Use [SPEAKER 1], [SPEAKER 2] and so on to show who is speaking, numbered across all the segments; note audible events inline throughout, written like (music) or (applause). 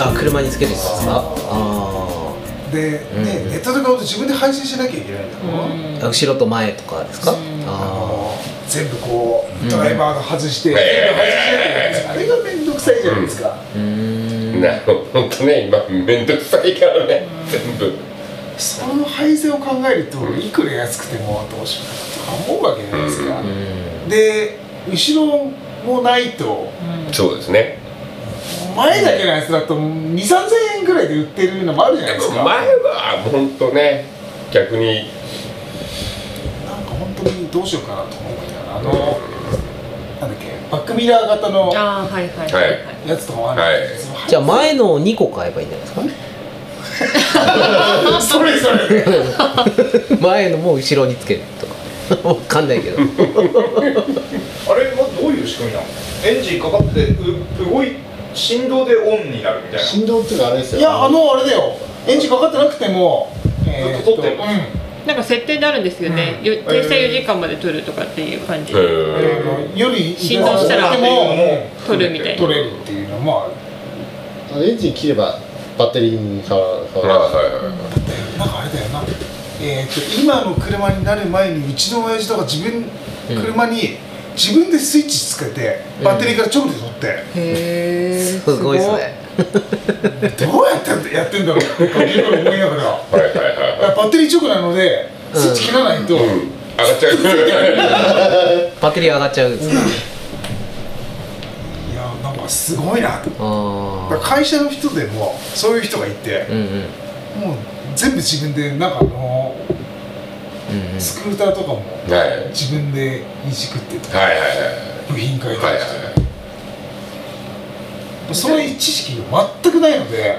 [SPEAKER 1] あ車につけてですかあ
[SPEAKER 2] で、
[SPEAKER 1] うん
[SPEAKER 2] ねネットとかほんと自分で配信しなきゃいけないんだろ、
[SPEAKER 1] あ後ろと前とかですか
[SPEAKER 3] うん
[SPEAKER 1] あ
[SPEAKER 2] もう全部こうドライバーが外して、
[SPEAKER 4] ん
[SPEAKER 2] 全部外してあれが面倒くさいじゃないですか、
[SPEAKER 1] あうーん
[SPEAKER 4] なるほどね今めんどくさいからね全部
[SPEAKER 2] その配線を考えるといくら安くてもどうしようかなとか思うわけじゃないですか、
[SPEAKER 1] うん
[SPEAKER 2] で後ろもないと
[SPEAKER 4] そうですね
[SPEAKER 2] 前だけのやつだと2 3 0 0 0円ぐらいで売ってるのもあるじゃない
[SPEAKER 4] 前
[SPEAKER 2] ですか
[SPEAKER 4] は本当ね逆に
[SPEAKER 2] なんか本当にどうしようかなと思うみたいなあのなんだっけバックミラー型のや
[SPEAKER 3] ああはいはいはいはい
[SPEAKER 2] つとかもある
[SPEAKER 4] はい
[SPEAKER 2] です
[SPEAKER 1] じゃあ前の2個買えばいいんじゃないですかね
[SPEAKER 2] それそれ
[SPEAKER 1] (laughs) 前のも後ろにつけるとか (laughs) わかんない (laughs) けど
[SPEAKER 5] あれはどういう仕組みなのエンジンかかってう動い振動でオンになるみたいな
[SPEAKER 6] 振動っていうかあれですよ
[SPEAKER 2] いやあのあれだよエンジンかかってなくても
[SPEAKER 5] ずっと撮ってる
[SPEAKER 2] えーうん
[SPEAKER 3] なんか設定であるんですよね、
[SPEAKER 2] うん
[SPEAKER 3] よ停車4時間まで撮るとかっていう感じ
[SPEAKER 4] う
[SPEAKER 3] で
[SPEAKER 2] あ
[SPEAKER 4] ん
[SPEAKER 2] のより
[SPEAKER 3] 振動したら
[SPEAKER 2] でも
[SPEAKER 3] 撮るみたいな
[SPEAKER 2] 取れるっていうのもある
[SPEAKER 6] あのエンジン切ればバッテリーに変わる変
[SPEAKER 4] はい
[SPEAKER 6] わる
[SPEAKER 4] は
[SPEAKER 2] なんかあれだよな、えー、と今の車になる前にうちの親父とか自分、
[SPEAKER 1] うん
[SPEAKER 2] 車に自分でスイッチつけてバッテリーから直で取って、
[SPEAKER 3] へえ
[SPEAKER 1] すごいですね
[SPEAKER 2] どうやってやってんだろうっていろいろ思いながらだ
[SPEAKER 4] いはいはいはいはい
[SPEAKER 2] からバッテリー直なので
[SPEAKER 1] うん
[SPEAKER 2] スイッチ切らないと、
[SPEAKER 4] うん上がっち (laughs) ゃう
[SPEAKER 1] バッテリー上がっちゃうんですか
[SPEAKER 2] いやなんかすごいなと
[SPEAKER 1] あ
[SPEAKER 2] だから
[SPEAKER 1] あ
[SPEAKER 2] 会社の人でもそういう人がいて
[SPEAKER 1] う、んうんうん
[SPEAKER 2] もう全部自分でなんかあの
[SPEAKER 1] うん
[SPEAKER 2] スクーターとかも
[SPEAKER 4] はいはい
[SPEAKER 2] 自分でいじくってとか
[SPEAKER 4] はい
[SPEAKER 2] 部品変えた
[SPEAKER 4] はい
[SPEAKER 2] りして、その知識が全くないので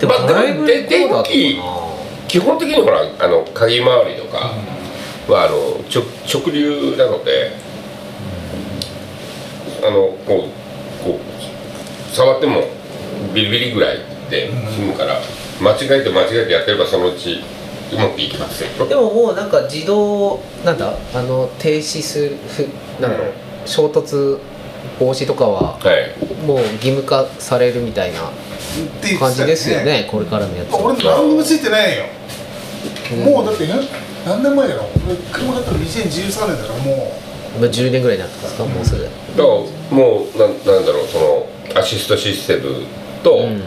[SPEAKER 1] でも
[SPEAKER 4] まあ
[SPEAKER 1] ドライブレコーダー
[SPEAKER 4] で
[SPEAKER 1] とか
[SPEAKER 4] 基本的にほらあの鍵回りとかはあの直直流なのであのこうこう触ってもビリビリぐらいで済むから間違えて間違えてやってればそのうちうまくいきますよ
[SPEAKER 1] なでももうなんか自動なんだあの停止するふなんだろう衝突防止とかは
[SPEAKER 4] はい
[SPEAKER 1] もう義務化されるみたいな
[SPEAKER 2] っていう
[SPEAKER 1] 感じですよねこれからのやつは
[SPEAKER 2] 俺何にもついてないよ、
[SPEAKER 1] うん
[SPEAKER 2] もうだってな何年前だろう俺車買ったの2013年だからも
[SPEAKER 1] まあ10年ぐらいになったんですかもうすぐ
[SPEAKER 4] だからもうなんなんだろうそのアシストシステムと、
[SPEAKER 1] うん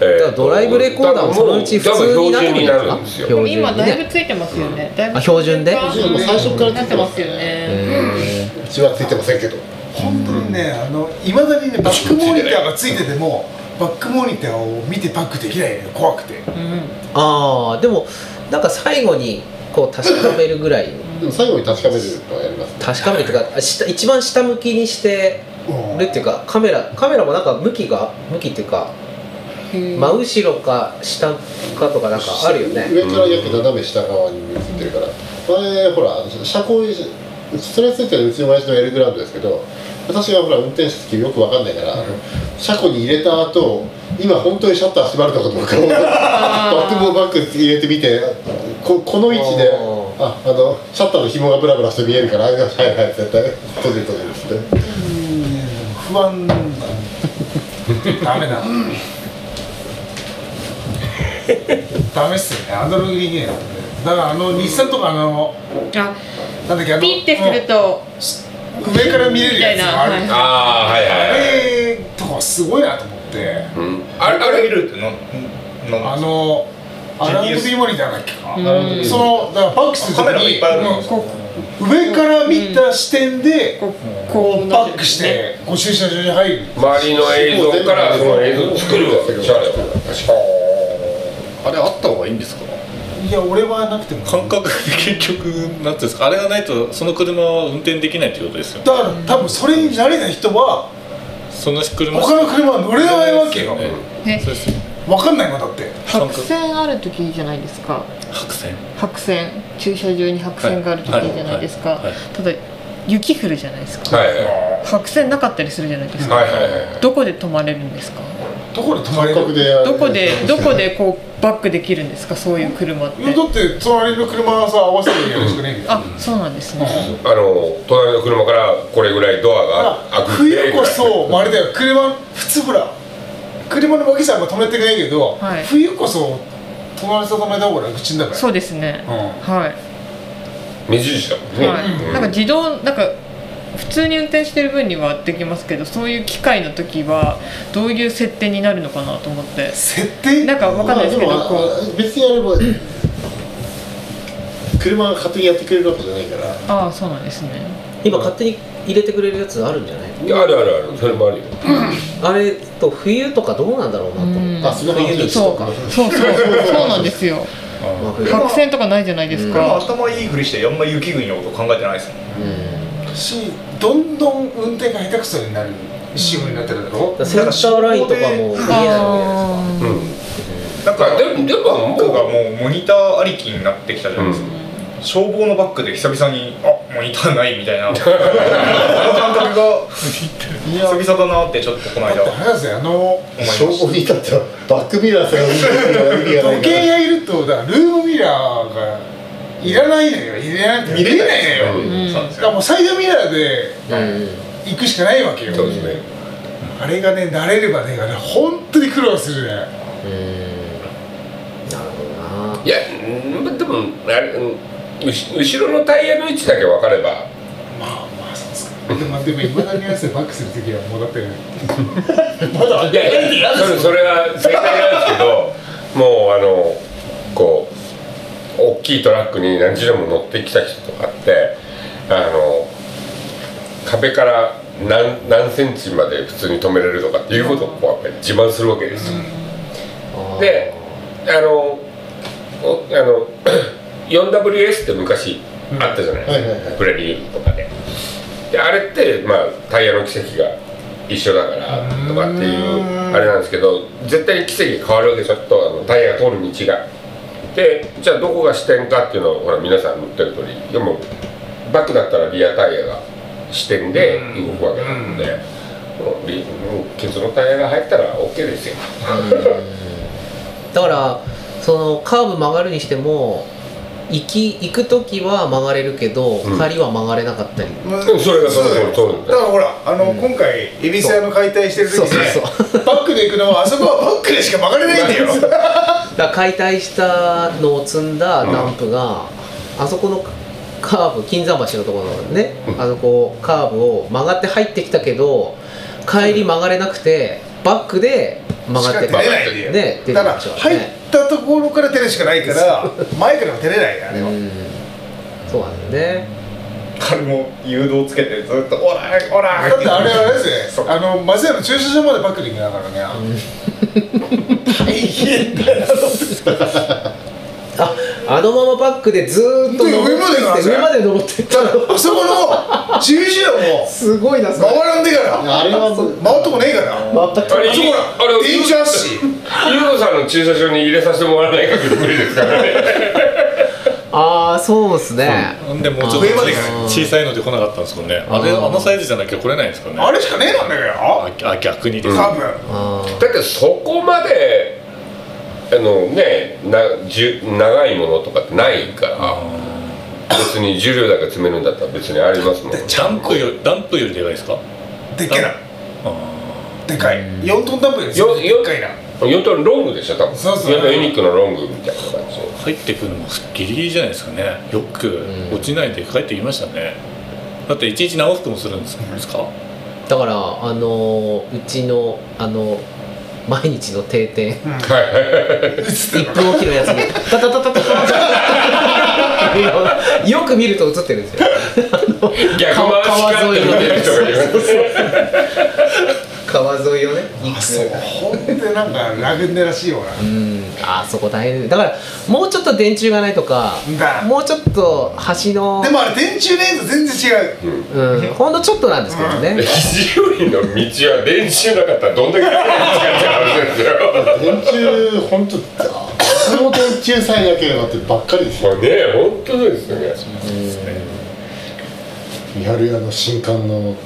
[SPEAKER 4] えー
[SPEAKER 1] だからドライブレコーダーもそのうち普通になってくるんじゃない
[SPEAKER 4] 多
[SPEAKER 1] で
[SPEAKER 4] 分標準になるんです
[SPEAKER 1] か
[SPEAKER 4] すよ
[SPEAKER 1] 標準
[SPEAKER 3] 今
[SPEAKER 1] に
[SPEAKER 3] だいぶ
[SPEAKER 1] ね
[SPEAKER 3] ついてますよね、だいぶ
[SPEAKER 1] あ標準で
[SPEAKER 3] 標
[SPEAKER 6] もう最初から
[SPEAKER 3] なっ
[SPEAKER 6] つい
[SPEAKER 3] て
[SPEAKER 6] て
[SPEAKER 3] ま
[SPEAKER 6] ますす
[SPEAKER 3] よ
[SPEAKER 6] よ
[SPEAKER 3] ね、
[SPEAKER 1] へ
[SPEAKER 6] うちはついてませんけど
[SPEAKER 2] う本当にねあのいまだにねバックモニターがついててもバックモニターを見てバックできないのよ怖くて
[SPEAKER 3] うん
[SPEAKER 1] ーああでもなんか最後にこう確かめるぐらい
[SPEAKER 6] でも最後に確かめるのはやりますね
[SPEAKER 1] 確かめるというか下一番下向きにして
[SPEAKER 2] うん
[SPEAKER 1] るっていうかカメラカメラもなんか向きが向きっていうか
[SPEAKER 3] へー
[SPEAKER 1] 真後ろか下かとかなんかあるよね
[SPEAKER 6] 上から約斜め下側に映ってるから前ほら車高にそれについてはうちの親父のエルグラウンドですけど私がほら運転手席よくわかんないから、あの車庫に入れた後今本当にシャッター閉まるのかと思うからバックもバック入れてみてここの位置で
[SPEAKER 1] お
[SPEAKER 6] ああのシャッターの紐がブラブラして見えるからはいはい絶対閉じる閉じるっつって
[SPEAKER 2] 不安なんだ
[SPEAKER 5] (laughs)
[SPEAKER 2] ダメだダメっすよねアナログできないからねだからあの日産とかあの
[SPEAKER 3] あ
[SPEAKER 2] なんだっけあの
[SPEAKER 3] ピッてすると、
[SPEAKER 2] うん上から見れるやつがある
[SPEAKER 3] みたいな
[SPEAKER 4] ああはい
[SPEAKER 2] あ
[SPEAKER 4] はいはい、
[SPEAKER 2] れとかすごいなと思って
[SPEAKER 4] うん、
[SPEAKER 5] あれあれ見るってなんな
[SPEAKER 2] あ
[SPEAKER 5] んですか
[SPEAKER 2] のアラウンドビーモニターだっけか、
[SPEAKER 3] うん
[SPEAKER 6] うん
[SPEAKER 2] そのだからバックする
[SPEAKER 5] カメラがいっぱいある
[SPEAKER 2] の
[SPEAKER 5] の
[SPEAKER 2] に上から見た視点で、
[SPEAKER 3] こう
[SPEAKER 2] こ
[SPEAKER 3] こ
[SPEAKER 2] う
[SPEAKER 3] うな
[SPEAKER 2] バ
[SPEAKER 3] ってる
[SPEAKER 2] ックして、ご駐車場に入る
[SPEAKER 4] 周りの映像からその映像作るわけでしょあれは確か
[SPEAKER 7] あれあった方がいいんですか
[SPEAKER 2] いや俺はなくても
[SPEAKER 7] 感覚で結局なんていうんですかあれがないとその車は運転できないってことですよね
[SPEAKER 2] だから多分それに慣れない人は
[SPEAKER 7] その車
[SPEAKER 2] 他の車は乗れないわけよ
[SPEAKER 7] ね
[SPEAKER 3] ね
[SPEAKER 7] そうですよ
[SPEAKER 2] 分かんないもんだって
[SPEAKER 7] 感
[SPEAKER 3] 白
[SPEAKER 7] 覚
[SPEAKER 3] 線ある時じゃないですか
[SPEAKER 7] 白線
[SPEAKER 3] 白線駐車場に白線がある時じゃないですか、
[SPEAKER 7] はいはいはい
[SPEAKER 3] ただ雪降るじゃないですか、
[SPEAKER 4] にはいはい
[SPEAKER 3] 白線なかったりするじゃないですか、
[SPEAKER 4] はいはいはい
[SPEAKER 3] どこで止まれるんですか
[SPEAKER 2] どこで止まれ
[SPEAKER 6] 感覚
[SPEAKER 2] る
[SPEAKER 6] でやる
[SPEAKER 3] どこでどこでこうバックできるんですかそういう車って
[SPEAKER 2] いやだって隣の車はさ合わせるよろしくねえ
[SPEAKER 3] あそうなんですね
[SPEAKER 4] あの隣の車からこれぐらいドアが開く
[SPEAKER 2] 冬こそまああれだよ車普通ほら車車のバキさんが止めてくれんけど、
[SPEAKER 3] はい
[SPEAKER 2] 冬こそ隣と止めた方が楽ちんだから
[SPEAKER 3] そうですね
[SPEAKER 2] うん
[SPEAKER 3] はい
[SPEAKER 4] 目印だもんね、
[SPEAKER 3] はい、なんか自動なんか普通に運転してる分にはできますけどそういう機械の時はどういう設定になるのかなと思って
[SPEAKER 2] 設定
[SPEAKER 3] なんかわかんないですけど
[SPEAKER 6] まあ
[SPEAKER 3] こう
[SPEAKER 6] も別にあれば車が勝手にやってくれるわけじゃないから
[SPEAKER 3] ああそうなんですね
[SPEAKER 1] 今勝手に入れてくれるやつあるんじゃない
[SPEAKER 4] いやあるあるあるそれもあるよ
[SPEAKER 1] あれと冬とかどうなんだろうなと思って
[SPEAKER 6] あその辺に
[SPEAKER 3] そうそうそうそうなんですよ
[SPEAKER 1] 真冬
[SPEAKER 3] 白線とかないじゃないです
[SPEAKER 5] でも
[SPEAKER 3] か、
[SPEAKER 5] 頭いいふりしてあんま雪国のこと考えてないですもん
[SPEAKER 1] うん
[SPEAKER 2] しどんどん運転が下手くそになる仕様になってるだろ、
[SPEAKER 1] センターラインとかも見え
[SPEAKER 3] あ
[SPEAKER 1] ないわ
[SPEAKER 3] あ
[SPEAKER 4] うん
[SPEAKER 5] なん
[SPEAKER 4] あ
[SPEAKER 5] か
[SPEAKER 4] でもでもも
[SPEAKER 5] 僕が
[SPEAKER 4] う
[SPEAKER 5] もうモニターありきになってきたじゃないですか、消防のバックで久々に「あモニターない」みたいなこの感覚が
[SPEAKER 2] いや
[SPEAKER 5] 久々だなってちょっとこの
[SPEAKER 2] だ
[SPEAKER 5] 間
[SPEAKER 2] ってあれなんですよあの
[SPEAKER 5] 思いま
[SPEAKER 6] 消
[SPEAKER 5] し
[SPEAKER 6] 防に至ってはバックミラーさえ見てる意味がな
[SPEAKER 2] 時
[SPEAKER 6] いか
[SPEAKER 2] 計
[SPEAKER 6] ら
[SPEAKER 2] がいるとだからルームミラーがいらないのよ入れない見れないのよ、
[SPEAKER 4] うん
[SPEAKER 5] たそうなんで
[SPEAKER 2] だ
[SPEAKER 5] す
[SPEAKER 2] から
[SPEAKER 5] よ
[SPEAKER 2] もうサイドミラーで
[SPEAKER 1] けですか
[SPEAKER 2] 行くしかないわけよ
[SPEAKER 4] そうですね
[SPEAKER 2] あれがね慣れればねあれ本当に苦労するね
[SPEAKER 1] うんうんなるほどない
[SPEAKER 4] やうんでもあれうんうし後ろのタイヤの位置だけ分かれ
[SPEAKER 2] ま
[SPEAKER 4] ば
[SPEAKER 2] あまあそうですかでもでも今だにやつでバックする時はもうだって
[SPEAKER 4] いやいやそれそれは正解なんですけど (laughs) もうあのこう大きいトラックに何十も乗ってきた人とかってあの壁から何何センチまで普通に止めれるとかっていうことをこうやっぱり自慢するわけですよ、
[SPEAKER 1] あー
[SPEAKER 4] であのおあの (clears throat) 4WS って昔あったじゃないですか、
[SPEAKER 6] はいはいはい
[SPEAKER 4] プレリュードとかでであれって、まあ、タイヤの奇跡が一緒だからとかっていう
[SPEAKER 2] うん
[SPEAKER 4] あれなんですけど絶対に奇跡変わるわけちょっとあのタイヤが通る道がでじゃあどこが支点かっていうのをほら皆さん乗ってる通りでもバックだったらリアタイヤが支点で動くわけなので、もうリもうケツのタイヤが入ったら OK ですよ
[SPEAKER 1] だからそのカーブ曲がるにしても行き行く時は曲がれるけど、
[SPEAKER 4] うん
[SPEAKER 1] 帰りは曲がれなかったり、
[SPEAKER 4] うんそれがその通りそうなんだ
[SPEAKER 2] だからほらあの、今回恵比寿屋の解体してる時にねバックで行くのはあそこはバックでしか曲がれないんだ
[SPEAKER 4] (laughs)
[SPEAKER 2] よ
[SPEAKER 1] だから解体したのを積んだダンプが、あそこのカーブ金山橋のところのね、あのこうカーブを曲がって入ってきたけど帰り曲がれなくてバックで曲がって
[SPEAKER 2] しか出れないんだよ
[SPEAKER 1] ね出てき
[SPEAKER 2] だから
[SPEAKER 1] ました
[SPEAKER 2] 入っ
[SPEAKER 1] ね
[SPEAKER 2] たところから出るしかないから前からは出れないねあれは、
[SPEAKER 1] うんそうなんだよね
[SPEAKER 5] 彼も誘導つけてずっと「オラーオラー」
[SPEAKER 2] だってあれはあれです
[SPEAKER 5] そう
[SPEAKER 2] ねあの松屋の駐車場までバックで行きながらね、大変だよ
[SPEAKER 1] ああのままバックでずーっと登って
[SPEAKER 2] 上まで行かな
[SPEAKER 1] き
[SPEAKER 2] い
[SPEAKER 1] て上まで登ってった
[SPEAKER 2] だからあそこの駐車場も
[SPEAKER 1] すごいなそれ
[SPEAKER 2] 回らんでから
[SPEAKER 6] あれはもう
[SPEAKER 2] 回っとこねえから
[SPEAKER 1] また
[SPEAKER 4] あれ
[SPEAKER 2] あそこ
[SPEAKER 4] あれ
[SPEAKER 2] ら電車あっし
[SPEAKER 4] ユーロさんの駐車場に入れさせてもらわない限り無理ですからね
[SPEAKER 1] ああそうですね、
[SPEAKER 7] ほんでもうちょっと
[SPEAKER 2] 上まで行か
[SPEAKER 1] ない
[SPEAKER 7] 小さいので来なかったんですもんねあれあのサイズじゃなきゃ来れないんですかね
[SPEAKER 2] あれしかねえなんだけど
[SPEAKER 7] ああ逆にですね
[SPEAKER 2] 多分
[SPEAKER 1] あ
[SPEAKER 4] だってそこまであのねなじゅ長いものとかってないから別に重量だけ詰めるんだったら別にありますもん
[SPEAKER 7] ちゃんこよダンプよりでかいですか
[SPEAKER 2] でっけえなでかい4トンダンプです
[SPEAKER 4] よよ
[SPEAKER 2] でっかいな
[SPEAKER 4] 4トンロングでしょ多分
[SPEAKER 2] そうそう
[SPEAKER 4] 4トンユニックのロングみたいな感じ
[SPEAKER 7] 入ってくるのもギリギリじゃないですかねよく落ちないで帰ってきましたねだっていちいち直すともするんですか
[SPEAKER 1] ーだからあのーうちのあの毎日の定点1分おきのやつにタタタタタタよく見ると映ってるんですよ
[SPEAKER 4] 逆回しかって見てる人がいるんですよ
[SPEAKER 1] 川沿いをね行
[SPEAKER 2] あ
[SPEAKER 1] く
[SPEAKER 2] そうほんでなんかラグンでらしいよな
[SPEAKER 1] うんあそこ大変だからもうちょっと電柱がないとか
[SPEAKER 2] だ
[SPEAKER 1] もうちょっと橋の
[SPEAKER 2] でもあれ電柱レーンと全然違う
[SPEAKER 1] うん、ほんのちょっとなんですけどね、
[SPEAKER 4] 肘よりの道は練習なかったらどんだけ楽に使っちゃうんですよ
[SPEAKER 6] 電柱本当その電柱さえなければってばっかりですよ
[SPEAKER 4] もうね本当ですよね
[SPEAKER 6] 三春屋の新館の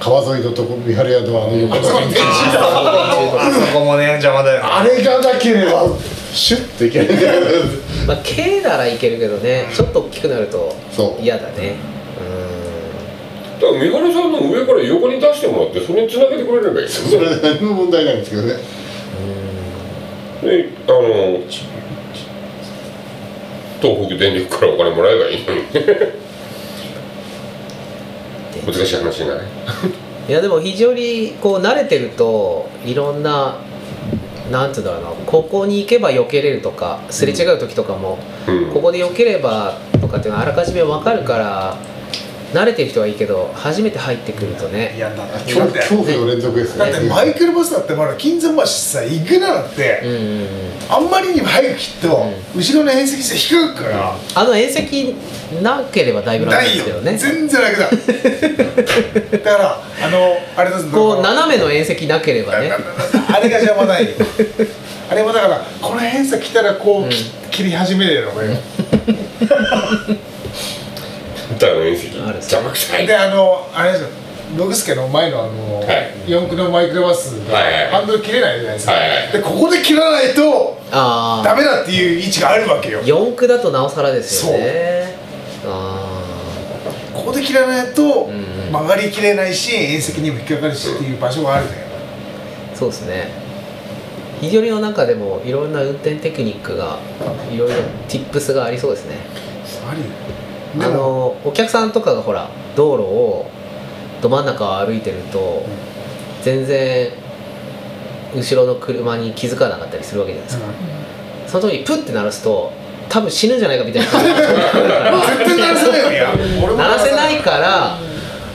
[SPEAKER 6] 川沿いのとこ三春屋のあの横の電柱
[SPEAKER 5] あそこもね邪魔だよな
[SPEAKER 6] あれがなければシュッといけないんだよ
[SPEAKER 1] まあ、軽ならいけるけどねちょっと大きくなると
[SPEAKER 6] そう
[SPEAKER 1] 嫌だね
[SPEAKER 4] だから三原さんの上から横に出してもらってそれにつなげてくれればいいよ
[SPEAKER 6] それ何も問題ないんですけどね
[SPEAKER 4] であの東北電力からお金もらえばいい
[SPEAKER 1] (laughs)
[SPEAKER 4] のに難しい話じゃない
[SPEAKER 1] いやでも非常にこう慣れてるといろんななんつうんだろうなここに行けば避けれるとかすれ違う時とかも、
[SPEAKER 4] うん
[SPEAKER 1] ここで避ければとかっていうのはあらかじめ分かるから慣れてる人はいいけど初めて入ってくるとね
[SPEAKER 2] やだなだって
[SPEAKER 6] 恐恐怖の連続です
[SPEAKER 2] だ
[SPEAKER 6] ね
[SPEAKER 2] ってマイケル・ボスだってまだ金山橋さ行くならっ
[SPEAKER 1] う
[SPEAKER 2] て
[SPEAKER 1] んうんうん
[SPEAKER 2] あんまりにも早く切っても後ろの縁石して引っかくから
[SPEAKER 1] あの遠石なければだいぶ楽
[SPEAKER 2] な
[SPEAKER 1] で
[SPEAKER 2] い
[SPEAKER 1] す
[SPEAKER 2] よ
[SPEAKER 1] けどね
[SPEAKER 2] 全然楽だだからあのあれだぞ
[SPEAKER 1] こう斜めの遠石なければね
[SPEAKER 2] あれが邪魔ないよあれはだからこの辺さ来たらこう、き切り始めるのよ
[SPEAKER 4] 歌の面積
[SPEAKER 1] ある
[SPEAKER 4] 邪魔くさい
[SPEAKER 2] であのあれですよノグスケの前のあの、
[SPEAKER 4] はい
[SPEAKER 2] 四駆のマイクロバスが、
[SPEAKER 4] はいはい
[SPEAKER 2] ハンドル切れないじゃないですか、
[SPEAKER 4] はいはい
[SPEAKER 2] でここで切らないと
[SPEAKER 1] あ
[SPEAKER 2] ダ
[SPEAKER 1] あ
[SPEAKER 2] メだっていう位置があるわけよ
[SPEAKER 1] 四駆だとなおさらですよねあ
[SPEAKER 2] ここで切らないと
[SPEAKER 1] んうん
[SPEAKER 2] 曲がりきれないし縁石にも引っかかるしっていう場所があるのよ
[SPEAKER 1] あそうですね非常にの中でもいろんな運転テクニックがいろいろティップスがありそうですね
[SPEAKER 2] あり
[SPEAKER 1] あのお客さんとかがほら道路をど真ん中を歩いてると全然後ろの車に気づかなかったりするわけじゃないですか、その時にプッて鳴らすと多分死ぬんじゃないかみたいな感じ
[SPEAKER 2] 絶対鳴らせないよいや俺も
[SPEAKER 1] 鳴らせないいから、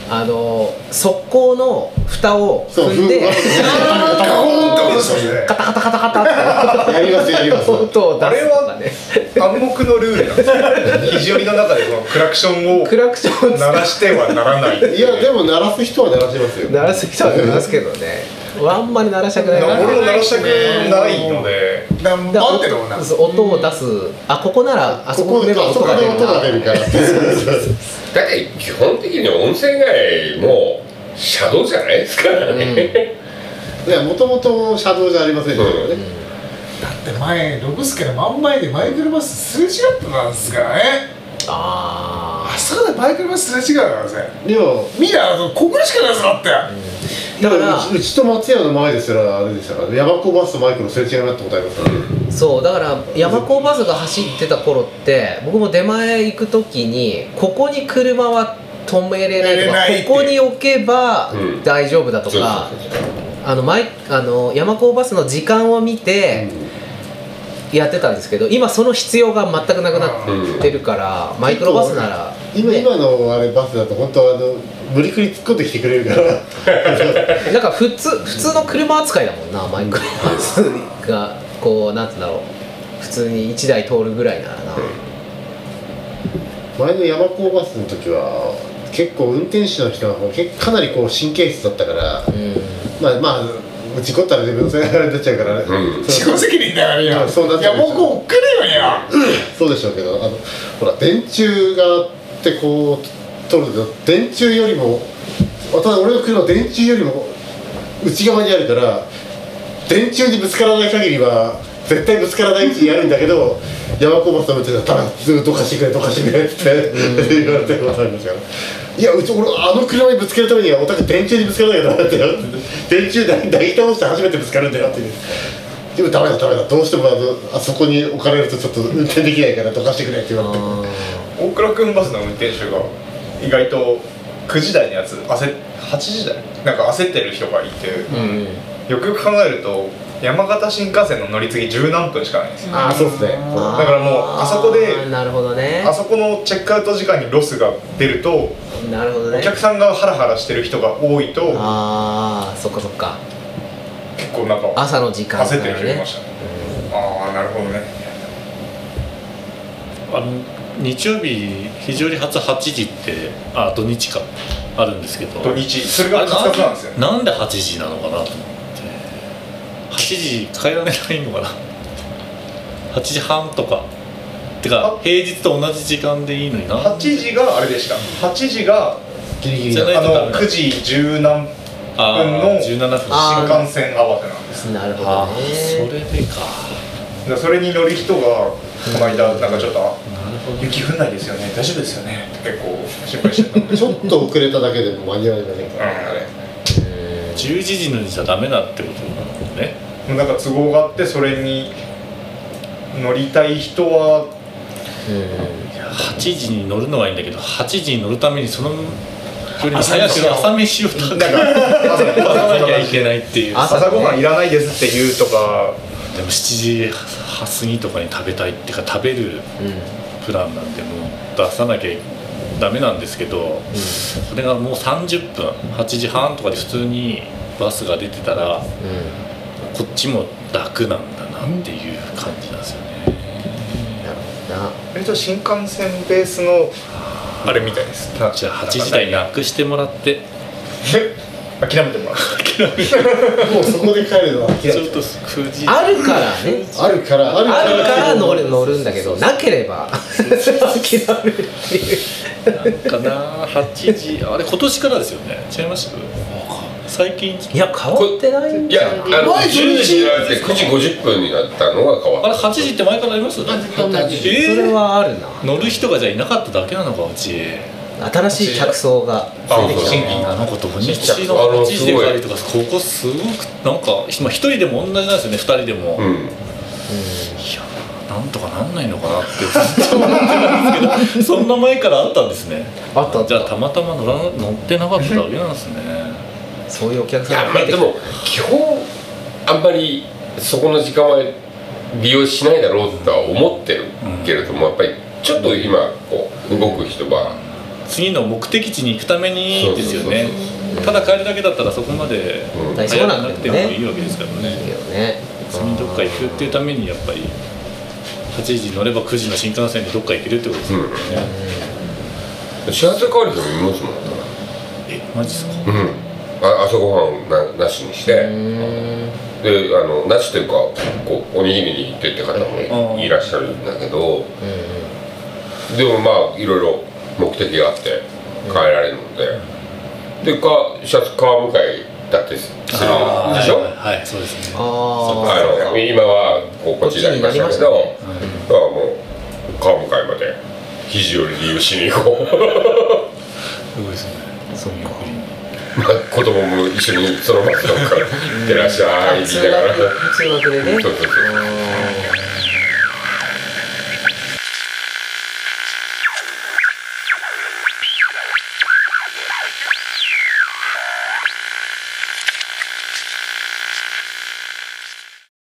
[SPEAKER 1] あの速攻の蓋を
[SPEAKER 6] そう
[SPEAKER 1] 踏んで
[SPEAKER 6] ふん
[SPEAKER 2] ガコーンって落としてますね
[SPEAKER 1] カタカタカタカタっ
[SPEAKER 6] やりますやりま
[SPEAKER 1] て (laughs)
[SPEAKER 6] す
[SPEAKER 1] 音を出すとかね
[SPEAKER 5] 暗黙のルールなんですよ肘折の中でこのクラクションを
[SPEAKER 1] クラクションを
[SPEAKER 5] 鳴らしてはならない
[SPEAKER 2] (laughs)
[SPEAKER 6] いやでも鳴らす人は鳴らしますよ
[SPEAKER 1] 鳴らす人はいますけどねあんまり鳴らしたくないから
[SPEAKER 5] 俺も鳴らしたくないので
[SPEAKER 2] だから
[SPEAKER 1] だから
[SPEAKER 2] 待ってるもんな
[SPEAKER 1] そう音を出すあここならあそ
[SPEAKER 6] こ
[SPEAKER 1] こ
[SPEAKER 6] こ
[SPEAKER 1] 踏め
[SPEAKER 6] で
[SPEAKER 1] ば
[SPEAKER 6] あ
[SPEAKER 1] 音
[SPEAKER 6] そこ
[SPEAKER 1] が
[SPEAKER 6] で
[SPEAKER 1] 出る
[SPEAKER 6] 音が出る
[SPEAKER 1] な
[SPEAKER 6] から
[SPEAKER 4] だって基本的に温泉街も車道じゃないですからね、
[SPEAKER 6] (laughs) いやもともと車道じゃありませんでしたからね
[SPEAKER 2] だって前ロブスケの真ん前でマイクロバスすれ違ったなんですからね
[SPEAKER 1] あ
[SPEAKER 2] あそこでマイクロバスすれ違うからさ
[SPEAKER 6] でも
[SPEAKER 2] ミラーここにしかないぞだって、
[SPEAKER 1] だ
[SPEAKER 6] だ
[SPEAKER 1] か
[SPEAKER 6] かららうちうちと松屋の前ですらあれでしたからヤバコバスとマイクのすれ違いになったことありますからね
[SPEAKER 1] あそうだから山高バスが走ってた頃って僕も出前行く時にここに車は止めれ
[SPEAKER 2] 止めれ
[SPEAKER 1] な
[SPEAKER 2] ないい
[SPEAKER 1] とかここに置けば
[SPEAKER 4] うん
[SPEAKER 1] 大丈夫だと
[SPEAKER 4] (laughs) そう
[SPEAKER 1] か、
[SPEAKER 4] そうそう
[SPEAKER 1] あのマイあの山高バスの時間を見てやってたんですけど今その必要が全くなくなってるから、マイクロバスなら、
[SPEAKER 6] 今
[SPEAKER 1] ね
[SPEAKER 6] 今のあれバスだと本当あの無理くり突っ込んできてくれるから
[SPEAKER 1] なんか普通普通の車扱いだもんなマイクロバスがこうなんつうんだろう普通に1台通るぐらいならな、
[SPEAKER 6] 前の山高バスの時は結構運転手の人がこうけかなりこう神経質だったから
[SPEAKER 1] うん
[SPEAKER 6] まあまあ事故ったら自分のせいあれになっちゃうからね、
[SPEAKER 4] うん
[SPEAKER 6] そ
[SPEAKER 2] 自己責任だからよ
[SPEAKER 6] (laughs) そうなっ
[SPEAKER 2] い
[SPEAKER 6] ちゃ
[SPEAKER 2] やも
[SPEAKER 6] う
[SPEAKER 2] うこう来るよよ
[SPEAKER 6] そうでしょうけどあのほら電柱があってこう取ると電柱よりも私俺の車は電柱よりも内側にあるから電柱にぶつからない限りは絶対ぶつからない位置にやるんだけど
[SPEAKER 5] (laughs)
[SPEAKER 6] 山小松のうちで「ただずっと貸してくれどかしてくれ」って言われてることありますから。いやうち俺あの車にぶつけるためにはお宅電柱にぶつからなきゃダメだよって電柱なぎ倒して初めてぶつかるんだよっていうでもダメだダメだどうしてもあのあそこに置かれるとちょっと運転できないからどかしてくれって言われて
[SPEAKER 1] あ
[SPEAKER 5] 大倉君バスの運転手が意外と9時台のやつ焦っ8時台なんか焦ってる人がいて、
[SPEAKER 1] ーうん
[SPEAKER 5] よくよく考えると山形新幹線の乗り継ぎ十何分しかないんですよ
[SPEAKER 6] ああそうっすね
[SPEAKER 5] だからもうあそこで
[SPEAKER 1] なるほどね
[SPEAKER 5] あそこのチェックアウト時間にロスが出ると
[SPEAKER 1] なるほどね
[SPEAKER 5] お客さんがハラハラしてる人が多いと
[SPEAKER 1] ああそっかそっか
[SPEAKER 5] 結構なんか
[SPEAKER 1] 朝の時間
[SPEAKER 5] 焦っ
[SPEAKER 1] だ
[SPEAKER 5] てる
[SPEAKER 1] よ
[SPEAKER 5] 人いましたねああなるほどね
[SPEAKER 7] あの日曜日非常に初8時ってあ土日かあるんですけど
[SPEAKER 5] 土日それがカツカツなんですよね
[SPEAKER 7] なんで8時なのかなと思って8時帰られないのかな8時半とかてか
[SPEAKER 5] あ
[SPEAKER 7] 平日と同じ時間でいいのにな
[SPEAKER 5] 8時があれでした8時が
[SPEAKER 6] ギリギリ
[SPEAKER 7] じゃ
[SPEAKER 6] だ
[SPEAKER 7] ない
[SPEAKER 5] あ
[SPEAKER 7] とダ
[SPEAKER 5] の
[SPEAKER 7] メ
[SPEAKER 5] 9時10何
[SPEAKER 7] あ
[SPEAKER 5] 分の
[SPEAKER 7] ー17分
[SPEAKER 1] あ
[SPEAKER 5] 新幹線慌てなんです
[SPEAKER 1] なるほど
[SPEAKER 7] あーそ
[SPEAKER 1] ね
[SPEAKER 7] れでか
[SPEAKER 5] だからそれに乗る人がこの間なんかちょっとあ
[SPEAKER 7] なるほど
[SPEAKER 5] 雪降んないですよね大丈夫ですよねって結構心配 (laughs) してたので
[SPEAKER 6] ちょっと遅れただけでも間に合いませんか
[SPEAKER 5] うん
[SPEAKER 7] 11時のにじゃダメだってことなのね
[SPEAKER 5] なんか都合があってそれに乗りたい人は
[SPEAKER 7] 8時に乗るのはいいんだけど8時に乗るためにそのよりも
[SPEAKER 2] 朝
[SPEAKER 7] 早
[SPEAKER 2] 飯
[SPEAKER 7] く
[SPEAKER 2] を
[SPEAKER 7] 朝飯を食べなき (laughs) ゃいけないっていうでも
[SPEAKER 1] 朝
[SPEAKER 5] 朝ごはんいらないですって言うとか
[SPEAKER 7] 7時半過ぎとかに食べたいっていうか食べるプランなんてもう出さなきゃダメなんですけど、それがもう30分8時半とかで普通にバスが出てたらこっちも楽なんだなっていう感じなんですよね
[SPEAKER 5] えじゃあ新幹線ベースのあれみたいです
[SPEAKER 7] じゃあ8時台なくしてもらって
[SPEAKER 5] 諦めてもらう
[SPEAKER 6] もうそこで帰るのは
[SPEAKER 7] ち
[SPEAKER 6] 諦
[SPEAKER 7] ょ
[SPEAKER 6] め
[SPEAKER 7] っと
[SPEAKER 6] て
[SPEAKER 7] 9時
[SPEAKER 1] あるからね
[SPEAKER 6] あるからある
[SPEAKER 1] あるから乗る乗
[SPEAKER 6] る
[SPEAKER 1] るんだけどなけれ
[SPEAKER 5] (laughs)
[SPEAKER 1] ば (laughs) 諦めるっていう
[SPEAKER 7] かな8時あれ今年からですよね違いました最近
[SPEAKER 1] いや変わってないん
[SPEAKER 4] い
[SPEAKER 1] じゃ
[SPEAKER 4] や
[SPEAKER 1] ん
[SPEAKER 4] あの10時になって9時50分になったのが変わ
[SPEAKER 7] あれ
[SPEAKER 4] った
[SPEAKER 7] 8時って前からあります
[SPEAKER 1] それはあるな
[SPEAKER 7] 乗る人がじゃあいなかっただけなのかうち
[SPEAKER 1] 新しい客層が
[SPEAKER 4] そう
[SPEAKER 1] 出てき
[SPEAKER 4] そう
[SPEAKER 1] た
[SPEAKER 4] 新
[SPEAKER 1] ね
[SPEAKER 4] 規
[SPEAKER 7] あの子土日の
[SPEAKER 4] あ
[SPEAKER 7] 8
[SPEAKER 4] の
[SPEAKER 7] 時
[SPEAKER 4] す
[SPEAKER 7] で
[SPEAKER 4] ごい
[SPEAKER 7] 帰るとかここすごくなんかまあ一人でも同じなんですよね二人でも、
[SPEAKER 4] う
[SPEAKER 7] いや
[SPEAKER 4] ん
[SPEAKER 7] ーなんとかなんないのかなってずっと思ってたんですけどそんな前からあったんですね
[SPEAKER 1] あったあっ
[SPEAKER 7] じゃあた
[SPEAKER 1] た
[SPEAKER 7] またま乗ら乗ってなかっただけなんですね
[SPEAKER 1] そういうお客
[SPEAKER 4] いや
[SPEAKER 1] さん
[SPEAKER 4] ま
[SPEAKER 1] が
[SPEAKER 4] あ
[SPEAKER 1] 出て
[SPEAKER 4] で
[SPEAKER 1] きた
[SPEAKER 4] も基本あんまりそこの時間は利用しないだろうとは思ってるけれども、やっぱりちょっと今こう動く人は
[SPEAKER 7] 次の目的地に行くためにですよね
[SPEAKER 4] そうそう
[SPEAKER 7] ただ帰るだけだったらそこまで
[SPEAKER 4] うん
[SPEAKER 1] 大丈
[SPEAKER 7] 早
[SPEAKER 1] 夫
[SPEAKER 7] く
[SPEAKER 1] なんだよ
[SPEAKER 7] なくても
[SPEAKER 1] ね
[SPEAKER 7] いいわけですから
[SPEAKER 1] いい
[SPEAKER 7] ね
[SPEAKER 1] よね
[SPEAKER 7] 次にどっか行くっていうためにやっぱり8時に乗れば9時の新幹線でどっか行けるってことですよね、
[SPEAKER 4] 始発代わりでも見ますもんね
[SPEAKER 7] えマジっすか
[SPEAKER 4] うんあ朝ごはんななしにしてであのなしというかこうおにぎりに行ってって方もいいらっしゃるんだけどでもまあいろいろ目的があって変えられるので、でかシャツ川向かいだってするでしょ
[SPEAKER 7] はいはいはいそうですね
[SPEAKER 4] あ
[SPEAKER 1] あ
[SPEAKER 4] の今はこうこっちになりましたけど
[SPEAKER 1] こっち
[SPEAKER 4] だからもう川向かいまで肘折り利用しに行こう
[SPEAKER 7] すごいですね
[SPEAKER 1] あそっか
[SPEAKER 4] まあ子供も一緒にその場所から行ってらっしゃいって言い
[SPEAKER 1] 通
[SPEAKER 4] ながら
[SPEAKER 1] 学通学でね
[SPEAKER 4] そうそうそう
[SPEAKER 1] うん